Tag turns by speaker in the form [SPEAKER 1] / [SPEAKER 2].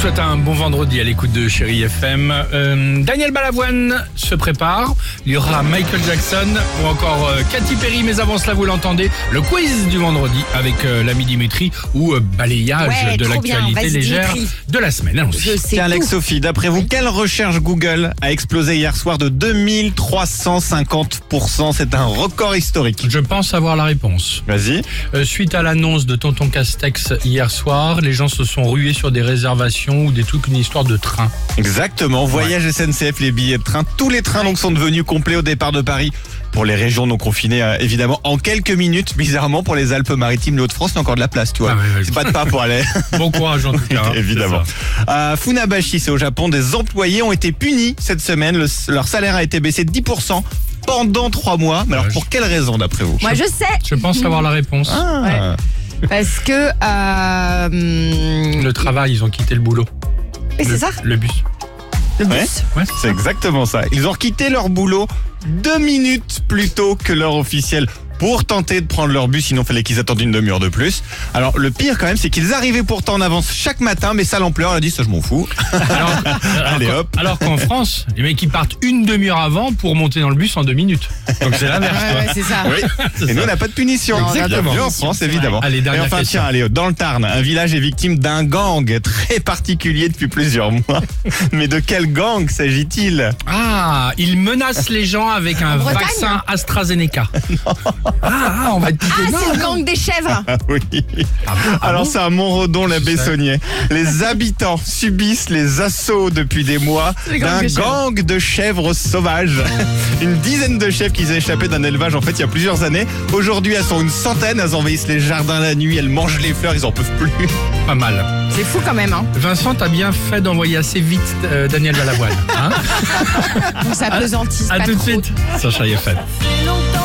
[SPEAKER 1] souhaite un bon vendredi à l'écoute de Chéri FM. Euh, Daniel Balavoine se prépare. Il y aura Michael Jackson ou encore euh, Katy Perry. Mais avant cela, vous l'entendez, le quiz du vendredi avec euh, l'ami Dimitri ou euh, balayage
[SPEAKER 2] Ouais,
[SPEAKER 1] de
[SPEAKER 2] trop bien.
[SPEAKER 1] l'actualité
[SPEAKER 2] Vas-y,
[SPEAKER 1] légère
[SPEAKER 2] Dimitri.
[SPEAKER 1] de la semaine. Allons-y.
[SPEAKER 2] Je sais
[SPEAKER 3] Tiens, Alex
[SPEAKER 2] tout.
[SPEAKER 3] Sophie, d'après vous, quelle recherche Google a explosé hier soir de 2350% C'est un record historique.
[SPEAKER 1] Je pense avoir la réponse.
[SPEAKER 3] Vas-y.
[SPEAKER 1] Euh, suite à l'annonce de Tonton Castex hier soir, les gens se sont rués sur des réservations ou des trucs, une histoire de train.
[SPEAKER 3] Exactement. Voyage SNCF, les billets de train. Tous les trains donc sont devenus complets au départ de Paris. Pour les régions non confinées, euh, évidemment, en quelques minutes, bizarrement, pour les Alpes-Maritimes, l'autre france il y a encore de la place, tu vois.
[SPEAKER 1] Ah ouais, ouais.
[SPEAKER 3] C'est pas de pas pour aller.
[SPEAKER 1] Bon courage en tout cas. hein,
[SPEAKER 3] Évidemment.
[SPEAKER 1] c'est ça.
[SPEAKER 3] À Funabashi, c'est au Japon, des employés ont été punis cette semaine. Le- leur salaire a été baissé de 10% pendant trois mois. Mais alors,
[SPEAKER 1] Ouais,
[SPEAKER 3] pour quelle raison, d'après vous
[SPEAKER 2] Moi, je sais.
[SPEAKER 1] Je pense avoir la réponse.
[SPEAKER 3] Ah.
[SPEAKER 2] Ouais. Parce que. euh, hum,
[SPEAKER 1] Le travail, ils ont quitté le boulot.
[SPEAKER 2] mais
[SPEAKER 1] Le-
[SPEAKER 2] c'est ça
[SPEAKER 1] Le bus.
[SPEAKER 2] Le bus
[SPEAKER 3] Ouais.
[SPEAKER 1] Ouais.
[SPEAKER 3] C'est exactement ça. Ils ont quitté leur boulot deux minutes plus tôt que l'heure officielle pour tenter de prendre leur bus, sinon fallait qu'ils attendent une demi-heure de plus. Alors le pire quand même, c'est qu'ils arrivaient pourtant en avance chaque matin, mais ça l'ampleur, elle a dit ça je m'en fous.
[SPEAKER 1] Alors,
[SPEAKER 3] Allez,
[SPEAKER 1] alors
[SPEAKER 3] hop.
[SPEAKER 1] qu'en- alors qu'en France, les mecs ils partent une demi-heure avant pour monter dans le bus en deux minutes. Donc c'est l'inverse.
[SPEAKER 2] Ouais,
[SPEAKER 1] quoi.
[SPEAKER 2] ouais, c'est ça.
[SPEAKER 3] Oui.
[SPEAKER 1] C'est
[SPEAKER 3] Et nous
[SPEAKER 1] ça.
[SPEAKER 3] on n'a pas de punition.
[SPEAKER 2] Non, on n'a pas de
[SPEAKER 3] Exactement. en
[SPEAKER 2] punition,
[SPEAKER 3] France
[SPEAKER 2] c'est vrai.
[SPEAKER 3] évidemment.
[SPEAKER 1] Allez,
[SPEAKER 3] Et
[SPEAKER 1] dernière
[SPEAKER 3] enfin
[SPEAKER 1] question.
[SPEAKER 3] tiens, allez dans le Tarn, un village est victime d'un gang très particulier depuis plusieurs mois. mais de quel gang s'agit-il
[SPEAKER 1] Ah, ils menacent les gens avec un
[SPEAKER 2] Bretagne
[SPEAKER 1] vaccin AstraZeneca. Ah, ah, on va être
[SPEAKER 2] Ah,
[SPEAKER 1] piqués. Non,
[SPEAKER 2] c'est le
[SPEAKER 1] non.
[SPEAKER 2] gang des chèvres.
[SPEAKER 3] Ah oui.
[SPEAKER 1] Ah bon, ah
[SPEAKER 3] Alors
[SPEAKER 1] bon
[SPEAKER 3] c'est à Montredon, la
[SPEAKER 1] Je sais.
[SPEAKER 3] Bessonnier. Les habitants subissent les assauts depuis des mois
[SPEAKER 2] Le gang
[SPEAKER 3] d'un
[SPEAKER 2] de chèvres.
[SPEAKER 3] gang de chèvres sauvages. Une dizaine de chèvres qui s'est échappé d'un élevage en fait il y a plusieurs années. Aujourd'hui elles sont une centaine, elles envahissent les jardins la nuit, elles mangent les fleurs, ils en peuvent plus.
[SPEAKER 1] pas mal.
[SPEAKER 2] C'est fou quand même. Hein.
[SPEAKER 1] Vincent, t'as bien fait d'envoyer assez vite euh, Daniel Balavoine. Hein
[SPEAKER 2] On s'apesantisse
[SPEAKER 1] à
[SPEAKER 2] pas
[SPEAKER 1] tout de
[SPEAKER 2] trop.
[SPEAKER 1] suite sur Chéri FM.
[SPEAKER 4] longtemps